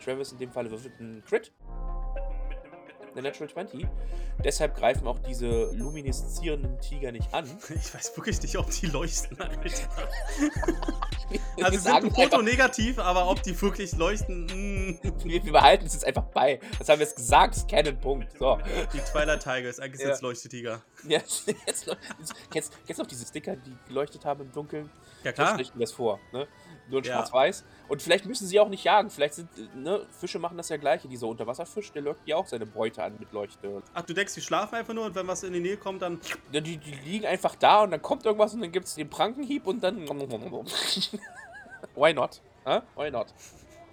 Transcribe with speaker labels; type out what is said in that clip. Speaker 1: Travis in dem Fall würfelt einen Crit. Eine Natural 20. Deshalb greifen auch diese lumineszierenden Tiger nicht an.
Speaker 2: Ich weiß wirklich nicht, ob die leuchten, Alter.
Speaker 1: Wir
Speaker 2: Also sie sind
Speaker 1: sagen
Speaker 2: ein Foto negativ, aber ob die wirklich leuchten, mm,
Speaker 1: einfach- wir, wir behalten es jetzt einfach bei. Das haben wir jetzt gesagt, ist kein Punkt. So.
Speaker 2: die Twilight Tigers, eingesetzt
Speaker 1: Ja.
Speaker 2: Leuchtetiger.
Speaker 1: Ja, jetzt, noch- kennst, kennst du noch diese Sticker, die geleuchtet haben im Dunkeln?
Speaker 2: Ja
Speaker 1: Das
Speaker 2: klar.
Speaker 1: richten das vor. Ne? Nur in
Speaker 2: Ah. Ja.
Speaker 1: Schwarz-Weiß. Und vielleicht müssen sie auch nicht jagen. Vielleicht sind, äh, ne, Fische machen das ja gleiche. Dieser Unterwasserfisch, der lockt ja auch seine Beute an mit Leuchte.
Speaker 2: Ach, du denkst, die schlafen einfach nur und wenn was in die Nähe kommt, dann.
Speaker 1: Ne, Die, die liegen einfach da und dann kommt irgendwas und dann gibt es den Prankenhieb und dann. Why not? Hä? Why not?